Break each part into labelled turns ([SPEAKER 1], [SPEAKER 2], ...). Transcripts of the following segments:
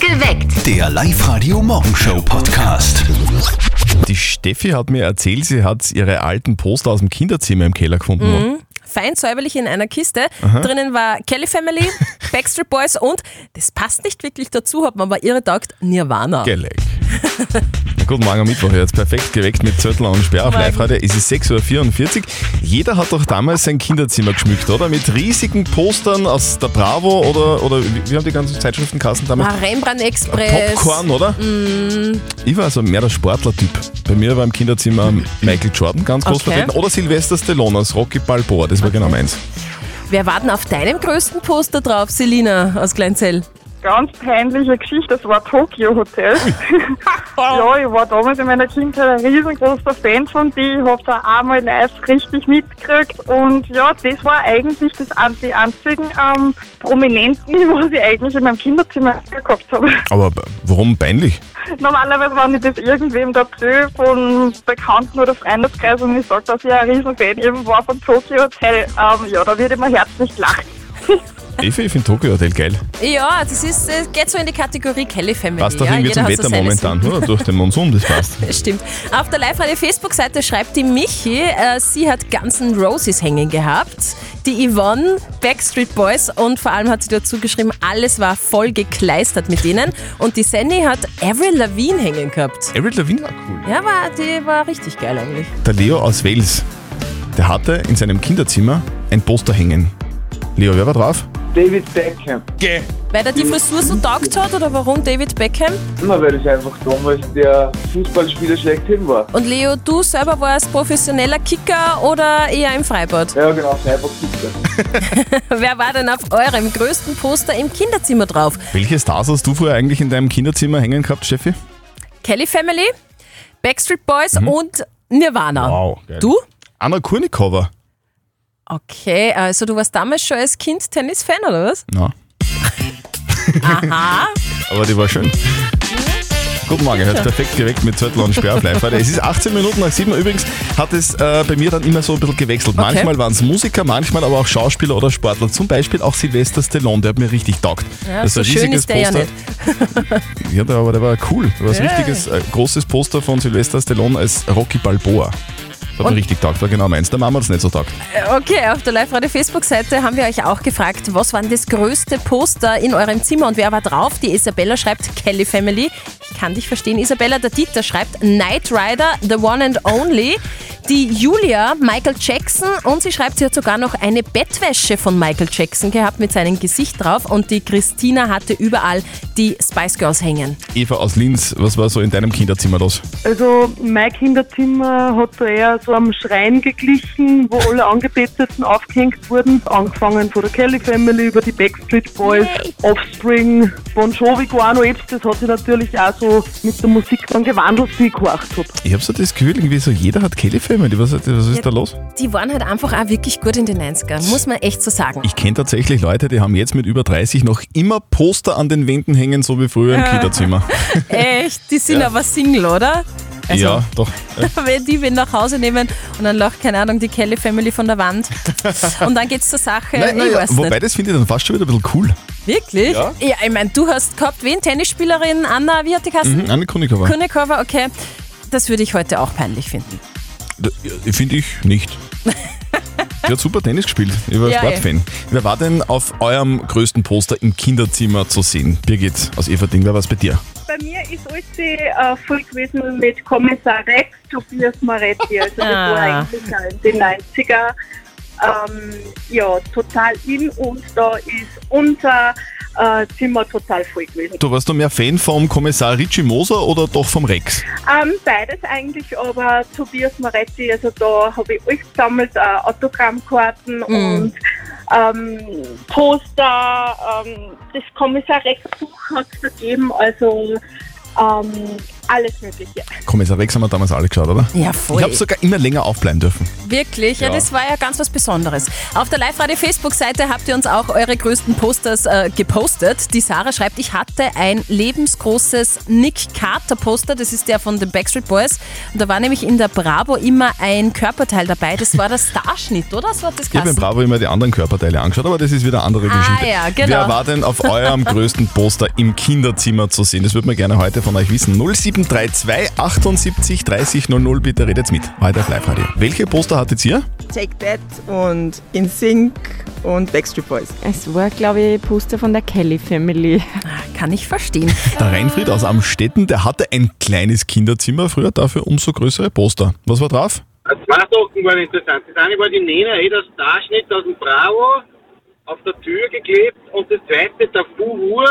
[SPEAKER 1] Geweckt.
[SPEAKER 2] Der Live-Radio-Morgenshow-Podcast.
[SPEAKER 3] Die Steffi hat mir erzählt, sie hat ihre alten Poster aus dem Kinderzimmer im Keller gefunden.
[SPEAKER 4] Mhm. fein säuberlich in einer Kiste. Drinnen war Kelly Family, Backstreet Boys und, das passt nicht wirklich dazu, hat man aber irre taugt, Nirvana.
[SPEAKER 3] Geleck. Na Guten Morgen am Mittwoch, jetzt perfekt geweckt mit Zettel und Sperr auf
[SPEAKER 4] Morgen.
[SPEAKER 3] live heute. Es ist 6.44 Uhr. Jeder hat doch damals sein Kinderzimmer geschmückt, oder? Mit riesigen Postern aus der Bravo oder, oder wie wie haben die ganzen Zeitschriftenkassen damals?
[SPEAKER 4] Ah, Rembrandt Express.
[SPEAKER 3] Popcorn, oder?
[SPEAKER 4] Mhm.
[SPEAKER 3] Ich war also mehr der Sportler-Typ. Bei mir war im Kinderzimmer Michael Jordan ganz groß
[SPEAKER 4] Okay.
[SPEAKER 3] vertreten. Oder Sylvester Stallone als Rocky Balboa, das war genau meins.
[SPEAKER 4] Wer war denn auf deinem größten Poster drauf, Selina aus Kleinzell?
[SPEAKER 5] ganz peinliche Geschichte, das war Tokyo Hotel. ja, ich war damals in meiner Kindheit ein riesengroßer Fan von die, ich habe da einmal live richtig mitgekriegt und ja, das war eigentlich das an- die einzigen ähm, Prominenten, was ich eigentlich in meinem Kinderzimmer gehabt habe.
[SPEAKER 3] Aber b- warum peinlich?
[SPEAKER 5] Normalerweise, wenn ich das irgendwem dazu von Bekannten oder Freundeskreis und ich sage, dass ich ein Riesenfan eben war von Tokyo Hotel, ähm, ja, da wird immer herzlich gelacht.
[SPEAKER 3] Evi, ich finde Tokyo Hotel geil.
[SPEAKER 4] Ja, das ist, das geht so in die Kategorie Kelly Family.
[SPEAKER 3] Passt doch
[SPEAKER 4] ja,
[SPEAKER 3] irgendwie
[SPEAKER 4] jeder
[SPEAKER 3] zum
[SPEAKER 4] hat so
[SPEAKER 3] Wetter
[SPEAKER 4] seine
[SPEAKER 3] momentan, oder? Durch den Monsun, das passt.
[SPEAKER 4] Das Stimmt. Auf der Live-Radio-Facebook-Seite schreibt die Michi, äh, sie hat ganzen Roses hängen gehabt. Die Yvonne, Backstreet Boys und vor allem hat sie dazu geschrieben, alles war voll gekleistert mit ihnen. Und die Sandy hat Avril Lavigne hängen gehabt.
[SPEAKER 3] Avril Lavigne war cool.
[SPEAKER 4] Ja, war, die war richtig geil eigentlich.
[SPEAKER 3] Der Leo aus Wales, der hatte in seinem Kinderzimmer ein Poster hängen. Leo, wer war drauf?
[SPEAKER 6] David Beckham.
[SPEAKER 4] Weil er die Frisur so taugt hat oder warum David Beckham?
[SPEAKER 6] Na, weil ich einfach damals der Fußballspieler schlechthin war.
[SPEAKER 4] Und Leo, du selber warst professioneller Kicker oder eher im Freibad?
[SPEAKER 6] Ja, genau, Sniper-Kicker.
[SPEAKER 4] Wer war denn auf eurem größten Poster im Kinderzimmer drauf?
[SPEAKER 3] Welche Stars hast du vorher eigentlich in deinem Kinderzimmer hängen gehabt, Steffi?
[SPEAKER 4] Kelly Family, Backstreet Boys und Nirvana.
[SPEAKER 3] Wow, geil.
[SPEAKER 4] Du?
[SPEAKER 3] Anna Kurnikova.
[SPEAKER 4] Okay, also du warst damals schon als Kind Tennis-Fan, oder was?
[SPEAKER 3] Na,
[SPEAKER 4] Aha.
[SPEAKER 3] aber die war schön. Guten Morgen, hört perfekt geweckt mit Zettel und Sperr auf live heute. Es ist 18 Minuten nach 7 übrigens, hat es äh, bei mir dann immer so ein bisschen gewechselt. Manchmal waren es Musiker, manchmal aber auch Schauspieler oder Sportler. Zum Beispiel auch Sylvester Stallone, der hat mir richtig taugt.
[SPEAKER 4] Ja,
[SPEAKER 3] das ist
[SPEAKER 4] so
[SPEAKER 3] ein
[SPEAKER 4] schön
[SPEAKER 3] riesiges
[SPEAKER 4] ist der ja
[SPEAKER 3] Poster.
[SPEAKER 4] nicht.
[SPEAKER 3] Ja, der, aber der war cool. Da war so ein
[SPEAKER 4] Ja.
[SPEAKER 3] richtiges, äh, großes Poster von Sylvester Stallone als Rocky Balboa. Das hat mir
[SPEAKER 4] Und-
[SPEAKER 3] richtig taugt, war genau meins. Der Mama hat es nicht so taugt.
[SPEAKER 4] Okay, auf der Live-Radio-Facebook-Seite haben wir euch auch gefragt, was war denn das größte Poster in eurem Zimmer und wer war drauf? Die Isabella schreibt Kelly Family. Ich kann dich verstehen, Isabella. Der Dieter schreibt Knight Rider, The One and Only. Die Julia, Michael Jackson und sie schreibt, sie hat sogar noch eine Bettwäsche von Michael Jackson gehabt mit seinem Gesicht drauf und die Christina hatte überall die Spice Girls hängen.
[SPEAKER 3] Eva aus Linz, was war so in deinem Kinderzimmer los?
[SPEAKER 7] Also mein Kinderzimmer hat da eher so am Schrein geglichen, wo alle Angebeteten aufgehängt wurden. Angefangen von der Kelly Family über die Backstreet Boys, Offspring, Bon Jovi, Guano Apes. Das hat sich natürlich auch so mit der Musik dann gewandelt, die ich gehorcht habe.
[SPEAKER 3] Ich habe so das Gefühl, irgendwie so jeder hat Kelly Family. Was, was ist da los?
[SPEAKER 4] Die waren halt einfach auch wirklich gut in den 90ern, muss man echt so sagen.
[SPEAKER 3] Ich kenne tatsächlich Leute, die haben jetzt mit über 30 noch immer Poster an den Wänden hängen, so wie früher im Kinderzimmer.
[SPEAKER 4] Echt, die sind aber Single, oder? Also,
[SPEAKER 3] ja, doch.
[SPEAKER 4] wenn die wen nach Hause nehmen und dann lacht, keine Ahnung, die Kelly Family von der Wand. Und dann geht's zur Sache.
[SPEAKER 3] Nein, nein,
[SPEAKER 4] ich
[SPEAKER 3] ja,
[SPEAKER 4] weiß
[SPEAKER 3] wobei,
[SPEAKER 4] nicht.
[SPEAKER 3] das finde ich dann fast schon wieder ein bisschen cool.
[SPEAKER 4] Wirklich? Ja, ich meine, du hast gehabt, wen? Tennisspielerin Anna, wie hat die Kassen?
[SPEAKER 3] Mhm, Anne Konikova.
[SPEAKER 4] Kunekova, okay. Das würde ich heute auch peinlich finden.
[SPEAKER 3] Finde ich nicht. Die hat super Tennis gespielt. Ich war
[SPEAKER 4] Ja, eh.
[SPEAKER 3] Sportfan. Wer war denn auf eurem größten Poster im Kinderzimmer zu sehen? Birgit aus Everding, wer war es bei dir?
[SPEAKER 7] Bei mir ist alles äh, voll gewesen mit Kommissar Rex, Tobias Maretti. Also das
[SPEAKER 4] war Ah.
[SPEAKER 7] eigentlich in den 90er. ja, total in und da ist unser äh, Zimmer total voll gewesen.
[SPEAKER 3] Du warst du mehr Fan vom Kommissar Richie Moser oder doch vom Rex?
[SPEAKER 7] Ähm, beides eigentlich, aber Tobias Moretti, also da habe ich euch gesammelt, äh, Autogrammkarten und ähm, Poster, ähm, das Kommissar Rex Buch hat es gegeben, also ähm, Alles Mögliche.
[SPEAKER 3] Kommissar Rex haben wir damals alle geschaut, oder?
[SPEAKER 4] Ja, voll.
[SPEAKER 3] Ich habe sogar immer länger aufbleiben dürfen.
[SPEAKER 4] Wirklich, ja.
[SPEAKER 3] Ja.
[SPEAKER 4] das war ja ganz was Besonderes. Auf der Live-Radio-Facebook-Seite habt ihr uns auch eure größten Posters äh, gepostet. Die Sarah schreibt, ich hatte ein lebensgroßes Nick Carter-Poster, das ist der von den Backstreet Boys. Und da war nämlich in der Bravo immer ein Körperteil dabei, das war der Starschnitt, oder? So hat das
[SPEAKER 3] Ich habe im
[SPEAKER 4] geheißen.
[SPEAKER 3] Bravo immer die anderen Körperteile angeschaut, aber das ist wieder eine andere
[SPEAKER 4] Ah,
[SPEAKER 3] Geschichte.
[SPEAKER 4] ja, genau.
[SPEAKER 3] Wer war denn auf eurem größten Poster im Kinderzimmer zu sehen? Das würde man gerne heute von euch wissen. 0732 78 30 00, bitte redet mit. Heute auf Live-Radio. Welche Poster hattet ihr?
[SPEAKER 2] Take That und In Sync und Backstreet Boys.
[SPEAKER 8] Es war, glaube ich, Poster von der Kelly Family.
[SPEAKER 4] Ah, Kann ich verstehen.
[SPEAKER 3] Der Reinfried aus Amstetten, der hatte ein kleines Kinderzimmer früher, dafür umso größere Poster. Was war drauf?
[SPEAKER 9] Also, Zwei Sachen waren interessant. Das eine war die Nena, eh, der Starschnitt aus dem Bravo auf der Tür geklebt und das zweite der Fuhur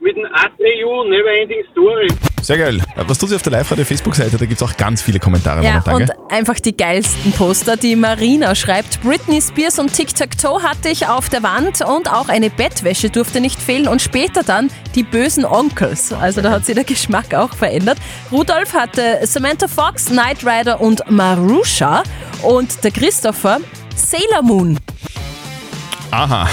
[SPEAKER 9] mit dem Atreyu Neverending Story.
[SPEAKER 3] Sehr geil. Was tut ihr auf der Live-Radio-Facebook-Seite? Da gibt es auch ganz viele Kommentare
[SPEAKER 4] Ja,
[SPEAKER 3] momentan.
[SPEAKER 4] und
[SPEAKER 3] gell?
[SPEAKER 4] einfach die geilsten Poster. Die Marina schreibt, Britney Spears und Tic-Tac-Toe hatte ich auf der Wand und auch eine Bettwäsche durfte nicht fehlen und später dann die bösen Onkels. Also da hat sich der Geschmack auch verändert. Rudolf hatte Samantha Fox, Knight Rider und Marusha und der Christopher Sailor Moon.
[SPEAKER 3] Aha.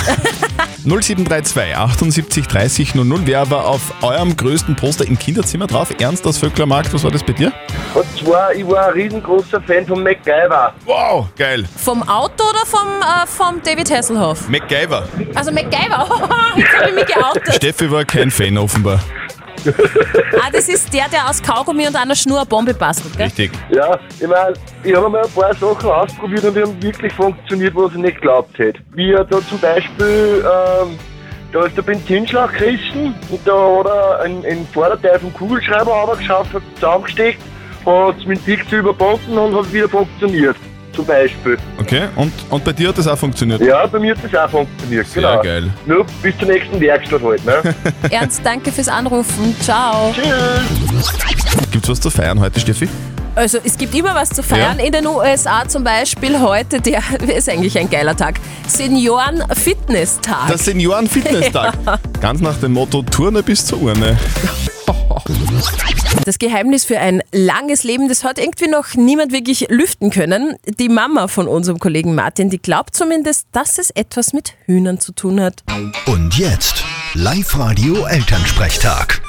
[SPEAKER 3] 0732 78 30 00. Wer war auf eurem größten Poster im Kinderzimmer drauf? Ernst aus Vöcklermarkt, was war das bei dir?
[SPEAKER 6] Und zwar, ich war ein riesengroßer Fan von MacGyver.
[SPEAKER 3] Wow, geil.
[SPEAKER 4] Vom Auto oder vom, äh, vom David Hasselhoff?
[SPEAKER 3] MacGyver.
[SPEAKER 4] Also MacGyver. Jetzt habe ich mich geoutet.
[SPEAKER 3] Steffi war kein Fan offenbar.
[SPEAKER 4] Ah, das ist der, der aus Kaugummi und einer Schnur eine Bombe bastelt, gell?
[SPEAKER 3] Richtig.
[SPEAKER 6] Ja, ich meine, ich habe mal ein paar Sachen ausprobiert und die haben wirklich funktioniert, was ich nicht geglaubt hätte. Wie er da zum Beispiel, ähm, da ist der Benzinschlauch gerissen und da hat er einen, einen Vorderteil vom Kugelschreiber runtergeschafft, hat zusammengesteckt, hat es mit Dick zu überbonden und hat wieder funktioniert. Zum Beispiel.
[SPEAKER 3] Okay, und, und bei dir hat das auch funktioniert?
[SPEAKER 6] Ja, bei mir hat das auch funktioniert.
[SPEAKER 3] Sehr
[SPEAKER 6] genau.
[SPEAKER 3] geil.
[SPEAKER 6] Nur bis zur nächsten Werkstatt halt, ne?
[SPEAKER 4] Ernst, danke fürs Anrufen. Ciao.
[SPEAKER 3] Gibt's was zu feiern heute, Steffi?
[SPEAKER 4] Also es gibt immer was zu feiern. In den USA zum Beispiel heute, der ist eigentlich ein geiler Tag. Senioren Fitness-Tag.
[SPEAKER 3] Der Senioren-Fitness-Tag. Ganz nach dem Motto: Turne bis zur Urne.
[SPEAKER 4] Das Geheimnis für ein langes Leben, das hat irgendwie noch niemand wirklich lüften können. Die Mama von unserem Kollegen Martin, die glaubt zumindest, dass es etwas mit Hühnern zu tun hat.
[SPEAKER 10] Und jetzt Live-Radio Elternsprechtag.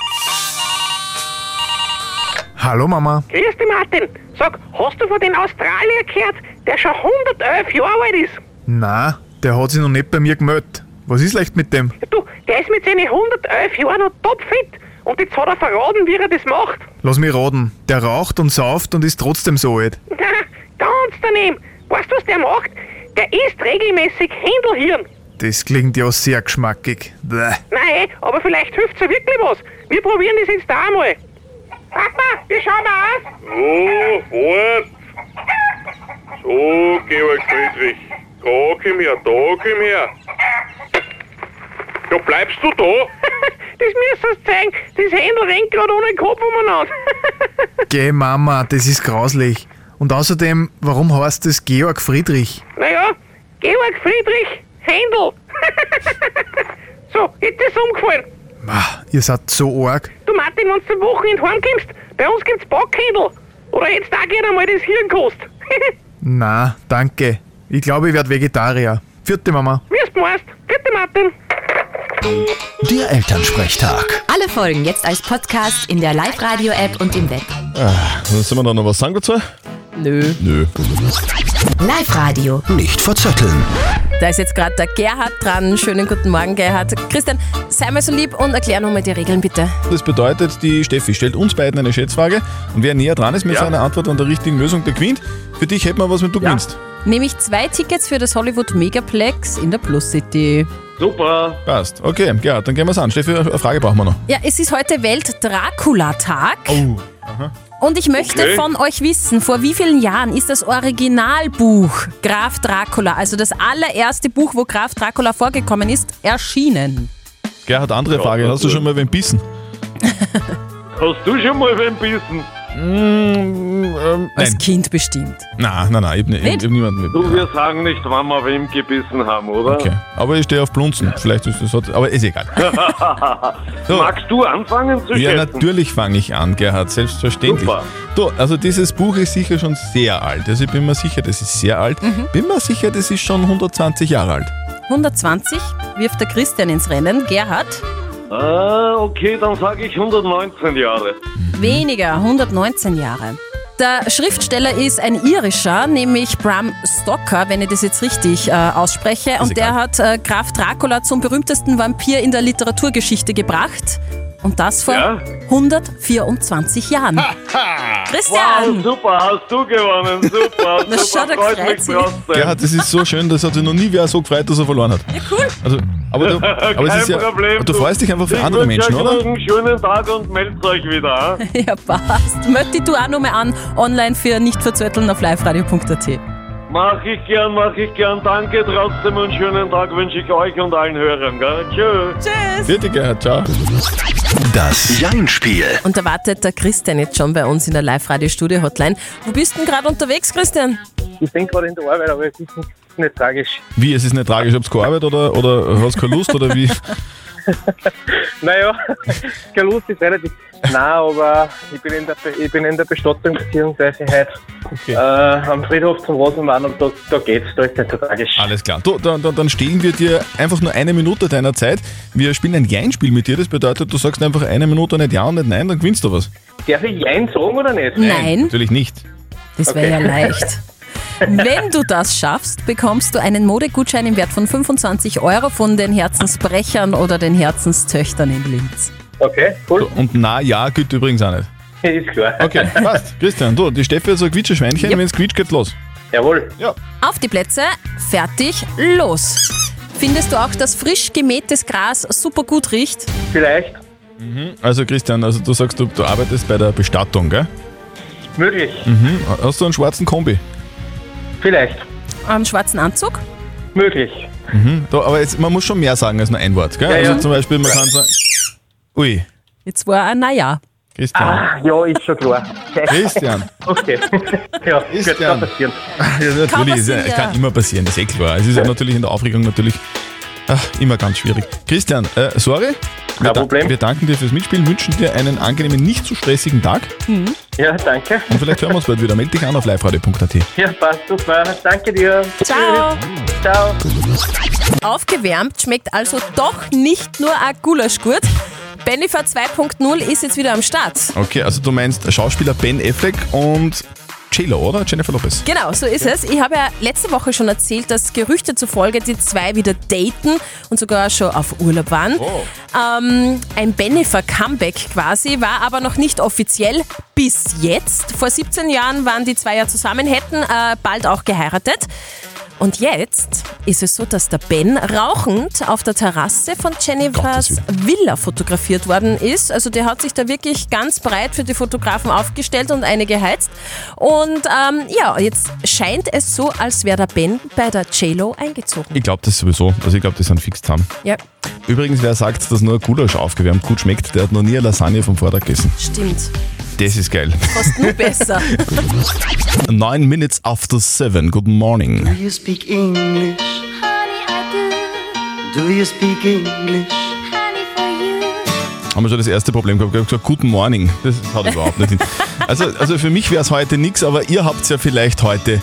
[SPEAKER 11] Hallo Mama.
[SPEAKER 7] Grüß dich, Martin. Sag, hast du von den Australier gehört, der schon 111 Jahre alt ist?
[SPEAKER 11] Na, der hat sich noch nicht bei mir gemeldet. Was ist leicht mit dem?
[SPEAKER 7] Ja, du, der ist mit seinen 111 Jahren noch topfit. Und jetzt hat er verraten, wie er das macht.
[SPEAKER 11] Lass mich raten. Der raucht und sauft und ist trotzdem so alt.
[SPEAKER 7] Ganz daneben. Weißt du, was der macht? Der isst regelmäßig Händelhirn.
[SPEAKER 11] Das klingt ja sehr geschmackig. Bäh.
[SPEAKER 7] Nein, eh, aber vielleicht hilft ja wirklich was. Wir probieren das jetzt da einmal. Papa, wir schauen mal aus.
[SPEAKER 9] Oh, Ort. So, Georg Friedrich. Da komm her, da komm her. Ja, bleibst du da?
[SPEAKER 7] Das müsst ihr uns zeigen. Das Händel rennt gerade ohne den Kopf umeinander.
[SPEAKER 11] Geh Mama, das ist grauslich. Und außerdem, warum heißt es Georg Friedrich?
[SPEAKER 7] naja, Georg Friedrich Händel. so, jetzt ist es umgefallen.
[SPEAKER 11] Ma, ihr seid so arg.
[SPEAKER 7] Du Martin, wenn du zum Wochenende heimkommst, bei uns gibt's Backhändel. Oder jetzt da geht einmal das Hirnkost.
[SPEAKER 11] Na, danke. Ich glaube, ich werde Vegetarier. Vierte Mama.
[SPEAKER 7] Wie es meinst. Bitte Martin.
[SPEAKER 10] Der Elternsprechtag.
[SPEAKER 12] Alle Folgen jetzt als Podcast in der Live-Radio-App und im Web.
[SPEAKER 3] Sollen wir da noch was sagen dazu?
[SPEAKER 4] Nö.
[SPEAKER 3] Nö.
[SPEAKER 12] Live-Radio.
[SPEAKER 10] Nicht verzetteln.
[SPEAKER 4] Da ist jetzt gerade der Gerhard dran. Schönen guten Morgen, Gerhard. Christian, sei mal so lieb und erklär nochmal die Regeln bitte.
[SPEAKER 3] Das bedeutet, die Steffi stellt uns beiden eine Schätzfrage und wer näher dran ist mit seiner Antwort an der richtigen Lösung, der gewinnt. Für dich hätten wir was, wenn du gewinnst.
[SPEAKER 4] Nämlich zwei Tickets für das Hollywood Megaplex in der Plus City.
[SPEAKER 9] Super.
[SPEAKER 3] Passt. Okay, ja, dann gehen wir es an. Steffi, eine Frage brauchen wir noch.
[SPEAKER 4] Ja, es ist heute Welt-Dracula-Tag.
[SPEAKER 3] Oh.
[SPEAKER 4] Und ich möchte
[SPEAKER 9] Okay.
[SPEAKER 4] von euch wissen, vor wie vielen Jahren ist das Originalbuch Graf Dracula, also das allererste Buch, wo Graf Dracula vorgekommen ist, erschienen?
[SPEAKER 3] Gerhard, andere Frage. Hast du schon mal wen bissen?
[SPEAKER 9] Hast du schon mal wen bissen?
[SPEAKER 4] Als Kind bestimmt.
[SPEAKER 3] Nein, nein, nein, ich hab ni- ich
[SPEAKER 4] Nicht?
[SPEAKER 3] hab niemanden mit.
[SPEAKER 13] Du, wir sagen nicht, wann wir wem gebissen haben, oder?
[SPEAKER 3] Okay. Aber ich stehe auf Blunzen. Vielleicht ist das, hat- aber ist egal.
[SPEAKER 13] Magst du anfangen zu
[SPEAKER 3] Ja,
[SPEAKER 13] schätzen?
[SPEAKER 3] natürlich fange ich an, Gerhard, selbstverständlich.
[SPEAKER 13] Super.
[SPEAKER 3] Du, also dieses Buch ist sicher schon sehr alt. Also ich bin mir sicher, das ist sehr alt. Bin mir sicher, das ist schon 120 Jahre alt.
[SPEAKER 4] 120 wirft der Christian ins Rennen. Gerhard
[SPEAKER 13] Ah, okay, dann sage ich 119 Jahre.
[SPEAKER 4] weniger, 119 Jahre. Der Schriftsteller ist ein irischer, nämlich Bram Stoker, wenn ich das jetzt richtig äh, ausspreche. Und der hat äh, Graf Dracula zum berühmtesten Vampir in der Literaturgeschichte gebracht. Und das vor 124 Jahren. Christian!
[SPEAKER 13] Wow, super, hast du gewonnen. Super,
[SPEAKER 4] Na, schau,
[SPEAKER 13] super,
[SPEAKER 4] der
[SPEAKER 13] freut
[SPEAKER 4] freut
[SPEAKER 13] mich
[SPEAKER 4] sich.
[SPEAKER 13] trotzdem.
[SPEAKER 3] Gerhard, das ist so schön, das hat sich noch nie wer so gefreut, dass er verloren hat. Ja,
[SPEAKER 4] cool.
[SPEAKER 3] Also, aber du, aber es
[SPEAKER 13] Kein
[SPEAKER 3] ist ja,
[SPEAKER 13] Problem.
[SPEAKER 3] du freust dich einfach für
[SPEAKER 13] ich
[SPEAKER 3] andere
[SPEAKER 13] wünsche
[SPEAKER 3] Menschen,
[SPEAKER 13] euch
[SPEAKER 3] oder?
[SPEAKER 13] noch einen schönen Tag und meldet euch wieder. ah?
[SPEAKER 4] Ja, passt. Möchte du auch nochmal an, online für nicht verzötteln auf liveradio.at.
[SPEAKER 13] Mach ich gern, mach ich gern. Danke trotzdem und schönen Tag wünsche ich euch und allen Hörern. Gell? Tschüss.
[SPEAKER 4] Tschüss.
[SPEAKER 3] Bitte, Gerhard, ciao.
[SPEAKER 14] Das Jein-Spiel.
[SPEAKER 4] Und da wartet der Christian jetzt schon bei uns in der Live-Radio-Studio-Hotline. Wo bist denn gerade unterwegs, Christian?
[SPEAKER 15] Ich bin gerade in der Arbeit, aber es ist nicht, nicht tragisch.
[SPEAKER 3] Wie, es ist nicht tragisch, ob es keine Arbeit oder, oder hast keine Lust oder wie?
[SPEAKER 15] Naja, keine Lust ist relativ. Nein, aber ich bin in der, Be- ich bin in der Bestattung beziehungsweise heute äh, am Friedhof zum Rosenmann und da, da geht's, da ist nicht so tragisch.
[SPEAKER 3] Alles klar. Du, dann, dann, dann stehlen wir dir einfach nur eine Minute deiner Zeit. Wir spielen ein Jein-Spiel mit dir. Das bedeutet, du sagst einfach eine Minute nicht Ja und nicht Nein, dann gewinnst du was.
[SPEAKER 15] Darf ich Jein sagen oder nicht?
[SPEAKER 3] Natürlich nicht.
[SPEAKER 4] Das wäre ja leicht. Wenn du das schaffst, bekommst du einen Modegutschein im Wert von 25 Euro von den Herzensbrechern oder den Herzenstöchtern in Linz.
[SPEAKER 15] Okay, cool.
[SPEAKER 3] Und na ja gilt übrigens auch nicht.
[SPEAKER 15] Ist klar.
[SPEAKER 3] Okay, passt. Christian, du, die Steffi ist so ein Quietscheschweinchen.
[SPEAKER 4] Yep.
[SPEAKER 3] Wenn es quietscht, geht's los.
[SPEAKER 15] Jawohl.
[SPEAKER 3] Ja.
[SPEAKER 4] Auf die Plätze, fertig, los! Findest du auch, dass frisch gemähtes Gras super gut riecht?
[SPEAKER 15] Vielleicht.
[SPEAKER 3] Also, Christian, also du sagst, du, du arbeitest bei der Bestattung, gell?
[SPEAKER 15] Möglich.
[SPEAKER 3] Mhm. Hast du einen schwarzen Kombi?
[SPEAKER 15] Vielleicht.
[SPEAKER 4] Einen schwarzen Anzug?
[SPEAKER 15] Möglich.
[SPEAKER 3] Mhm. Da, aber jetzt, man muss schon mehr sagen als nur ein Wort, gell?
[SPEAKER 15] Ja,
[SPEAKER 3] also
[SPEAKER 15] ja.
[SPEAKER 3] zum Beispiel, man kann sagen. Ui,
[SPEAKER 4] Jetzt war ein Naja.
[SPEAKER 3] Christian.
[SPEAKER 15] Ah, ja, ist schon klar.
[SPEAKER 3] Christian.
[SPEAKER 15] Okay. ja, gut, kann passieren.
[SPEAKER 3] Ah Ja,
[SPEAKER 15] Kann
[SPEAKER 3] natürlich, es
[SPEAKER 15] passieren, ja.
[SPEAKER 3] kann immer passieren, das ist eh klar. Es ist ja natürlich in der Aufregung natürlich ah, immer ganz schwierig. Christian, äh, sorry. Wir, da- wir danken dir fürs Mitspielen, wünschen dir einen angenehmen, nicht zu stressigen Tag
[SPEAKER 15] Ja, danke.
[SPEAKER 3] und vielleicht hören wir uns bald wieder. Meld dich an auf liveradio.at.
[SPEAKER 15] Ja, passt super. Danke dir.
[SPEAKER 4] Ciao.
[SPEAKER 15] Tschüss. Ciao.
[SPEAKER 4] Aufgewärmt schmeckt also doch nicht nur ein Gulaschgurt. Bennifer 2.0 ist jetzt wieder am Start.
[SPEAKER 3] Okay, also du meinst Schauspieler Ben Affleck und J-Lo, oder? Jennifer Lopez.
[SPEAKER 4] Genau, so ist es. Ich habe ja letzte Woche schon erzählt, dass Gerüchte zufolge die zwei wieder daten und sogar schon auf Urlaub waren.
[SPEAKER 3] Oh.
[SPEAKER 4] Ähm, ein Bennifer-Comeback quasi, war aber noch nicht offiziell bis jetzt. Vor 17 Jahren waren die zwei ja zusammen, hätten äh, bald auch geheiratet. Und jetzt ist es so, dass der Ben rauchend auf der Terrasse von Jennifers Villa fotografiert worden ist. Also der hat sich da wirklich ganz breit für die Fotografen aufgestellt und eine geheizt. Und ähm, ja, jetzt scheint es so, als wäre der Ben bei der JLo eingezogen.
[SPEAKER 3] Ich glaube das sowieso. Also ich glaube, das sind fix zusammen.
[SPEAKER 4] Ja,
[SPEAKER 3] Übrigens, wer sagt, dass nur ein Gulasch aufgewärmt gut schmeckt, der hat noch nie eine Lasagne vom Vortag gegessen.
[SPEAKER 4] stimmt.
[SPEAKER 3] Das ist geil.
[SPEAKER 4] Fast nur besser.
[SPEAKER 3] 9 Minutes after 7. Good morning.
[SPEAKER 16] Do you speak English? Honey, I do. Do you speak English?
[SPEAKER 3] Haben wir schon das erste Problem gehabt. Ich habe gesagt, guten Morning. Das haut überhaupt nicht hin. Also, also für mich wäre es heute nichts, aber ihr habt ja vielleicht heute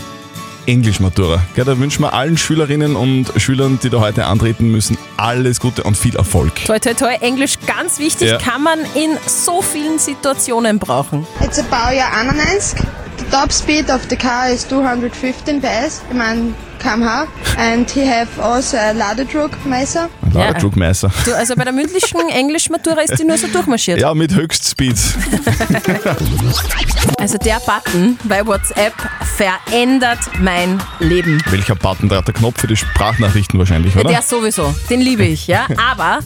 [SPEAKER 3] Englischmatura. Gell, da wünschen wir allen Schülerinnen und Schülern, die da heute antreten müssen, alles Gute und viel Erfolg.
[SPEAKER 4] Toi, toi, toi, Englisch ganz wichtig,
[SPEAKER 3] Ja.
[SPEAKER 4] kann man in so vielen Situationen brauchen.
[SPEAKER 17] It's a Baujahr 91. The top speed of the car is 215 PS, I mean kmh, and he have also a Ladedruckmesser.
[SPEAKER 3] Lara Druckmeister.
[SPEAKER 4] Du, also bei der mündlichen Englischmatura ist die nur so durchmarschiert.
[SPEAKER 3] Ja, mit Höchstspeed.
[SPEAKER 4] Also der Button bei WhatsApp verändert mein Leben.
[SPEAKER 3] Welcher Button? Da hat der Knopf für die Sprachnachrichten wahrscheinlich, oder?
[SPEAKER 4] Der sowieso, den liebe ich, ja. Aber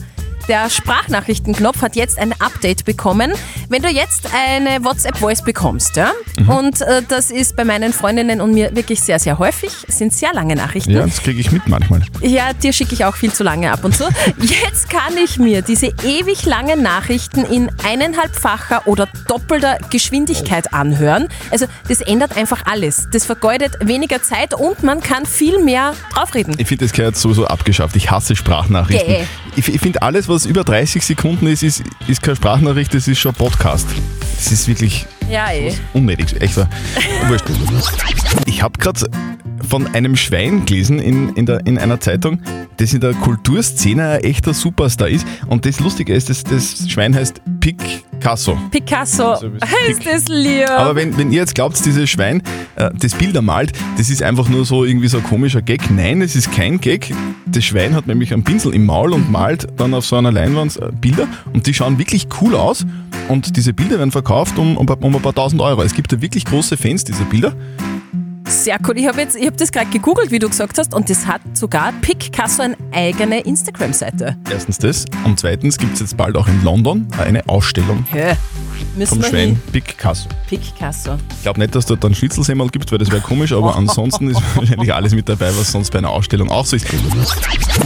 [SPEAKER 4] Der Sprachnachrichtenknopf hat jetzt ein Update bekommen. Wenn du jetzt eine WhatsApp-Voice bekommst, ja,
[SPEAKER 3] Mhm.
[SPEAKER 4] und äh, das ist bei meinen Freundinnen und mir wirklich sehr, sehr häufig, sind sehr lange Nachrichten.
[SPEAKER 3] Ja, das kriege ich mit manchmal.
[SPEAKER 4] Ja, dir schicke ich auch viel zu lange ab und zu. Jetzt kann ich mir diese ewig langen Nachrichten in eineinhalbfacher oder doppelter Geschwindigkeit anhören. Also das ändert einfach alles. Das vergeudet weniger Zeit und man kann viel mehr draufreden.
[SPEAKER 3] Ich finde, das gehört sowieso abgeschafft. Ich hasse Sprachnachrichten.
[SPEAKER 4] Gäh.
[SPEAKER 3] Ich, ich finde, alles, was über 30 Sekunden ist, ist, ist keine Sprachnachricht, das ist schon ein Podcast. Das ist wirklich
[SPEAKER 4] Ja, eh.
[SPEAKER 3] unnötig. Echt wahr. Wurscht. Ich habe gerade von einem Schwein gelesen in, in, der, in einer Zeitung, das in der Kulturszene ein echter Superstar ist. Und das Lustige ist, das, das Schwein heißt Picasso.
[SPEAKER 4] Picasso, ist das lieb.
[SPEAKER 3] Aber wenn, wenn ihr jetzt glaubt, dieses Schwein, äh, das Bilder malt, das ist einfach nur so irgendwie so ein komischer Gag. Nein, es ist kein Gag. Das Schwein hat nämlich einen Pinsel im Maul und malt dann auf so einer Leinwand äh, Bilder und die schauen wirklich cool aus und diese Bilder werden verkauft um, um, um ein paar tausend Euro. Es gibt da wirklich große Fans dieser Bilder.
[SPEAKER 4] Sehr cool. Ich habe jetzt, ich habe das gerade gegoogelt, wie du gesagt hast, und das hat sogar Picasso eine eigene Instagram-Seite.
[SPEAKER 3] Erstens das und zweitens gibt es jetzt bald auch in London eine Ausstellung
[SPEAKER 4] Hä? Müssen
[SPEAKER 3] vom
[SPEAKER 4] wir hin.
[SPEAKER 3] Schwein Picasso.
[SPEAKER 4] Picasso.
[SPEAKER 3] Ich glaube nicht, dass dort dann Schnitzelsemmel gibt, weil das wäre komisch, aber ansonsten ist wahrscheinlich alles mit dabei, was sonst bei einer Ausstellung auch so ist.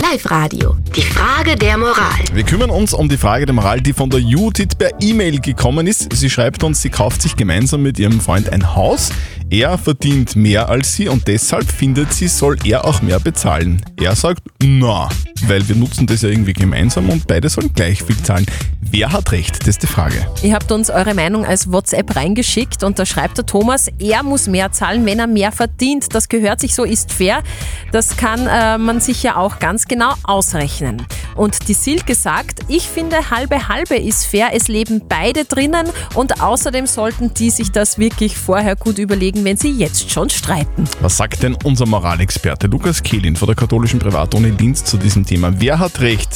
[SPEAKER 18] Live-Radio. Die Frage der Moral.
[SPEAKER 3] Wir kümmern uns um die Frage der Moral, die von der Judith per E-Mail gekommen ist. Sie schreibt uns, sie kauft sich gemeinsam mit ihrem Freund ein Haus. Er verdient mehr als sie und deshalb findet sie, soll er auch mehr bezahlen. Er sagt, na, weil wir nutzen das ja irgendwie gemeinsam und beide sollen gleich viel zahlen. Wer hat recht? Das ist die Frage.
[SPEAKER 4] Ihr habt uns eure Meinung als WhatsApp reingeschickt und da schreibt der Thomas, er muss mehr zahlen, wenn er mehr verdient. Das gehört sich so, ist fair. Das kann äh, man sich ja auch ganz genau ausrechnen. Und die Silke sagt, ich finde halbe halbe ist fair, es leben beide drinnen und außerdem sollten die sich das wirklich vorher gut überlegen, wenn sie jetzt schon streiten.
[SPEAKER 3] Was sagt denn unser Moralexperte Lukas Kehlin von der katholischen Privatuni Dienst zu diesem Thema? Wer hat recht?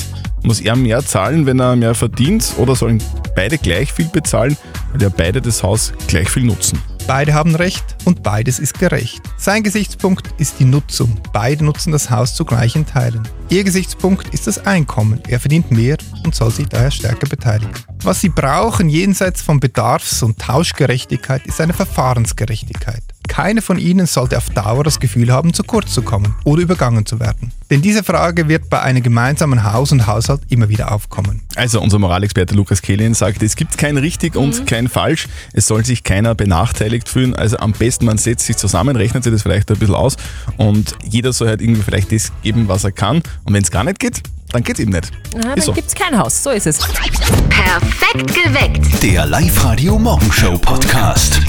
[SPEAKER 3] Muss er mehr zahlen, wenn er mehr verdient? Oder sollen beide gleich viel bezahlen, weil ja beide das Haus gleich viel nutzen?
[SPEAKER 10] Beide haben Recht und beides ist gerecht. Sein Gesichtspunkt ist die Nutzung. Beide nutzen das Haus zu gleichen Teilen. Ihr Gesichtspunkt ist das Einkommen. Er verdient mehr und soll sich daher stärker beteiligen. Was sie brauchen jenseits von Bedarfs- und Tauschgerechtigkeit ist eine Verfahrensgerechtigkeit. Keiner von ihnen sollte auf Dauer das Gefühl haben, zu kurz zu kommen oder übergangen zu werden. Denn diese Frage wird bei einem gemeinsamen Haus und Haushalt immer wieder aufkommen.
[SPEAKER 3] Also unser Moralexperte Lukas Kehlin sagt, es gibt kein richtig und
[SPEAKER 4] Mhm.
[SPEAKER 3] kein falsch. Es soll sich keiner benachteiligt fühlen. Also am besten man setzt sich zusammen, rechnet sich das vielleicht ein bisschen aus und jeder soll halt irgendwie vielleicht das geben, was er kann. Und wenn es gar nicht geht, dann geht's eben nicht.
[SPEAKER 4] Na,
[SPEAKER 3] Ist
[SPEAKER 4] Ah, dann
[SPEAKER 3] so.
[SPEAKER 4] gibt's kein Haus, so ist es.
[SPEAKER 18] Perfekt geweckt.
[SPEAKER 14] Der Live-Radio Morgenshow Podcast.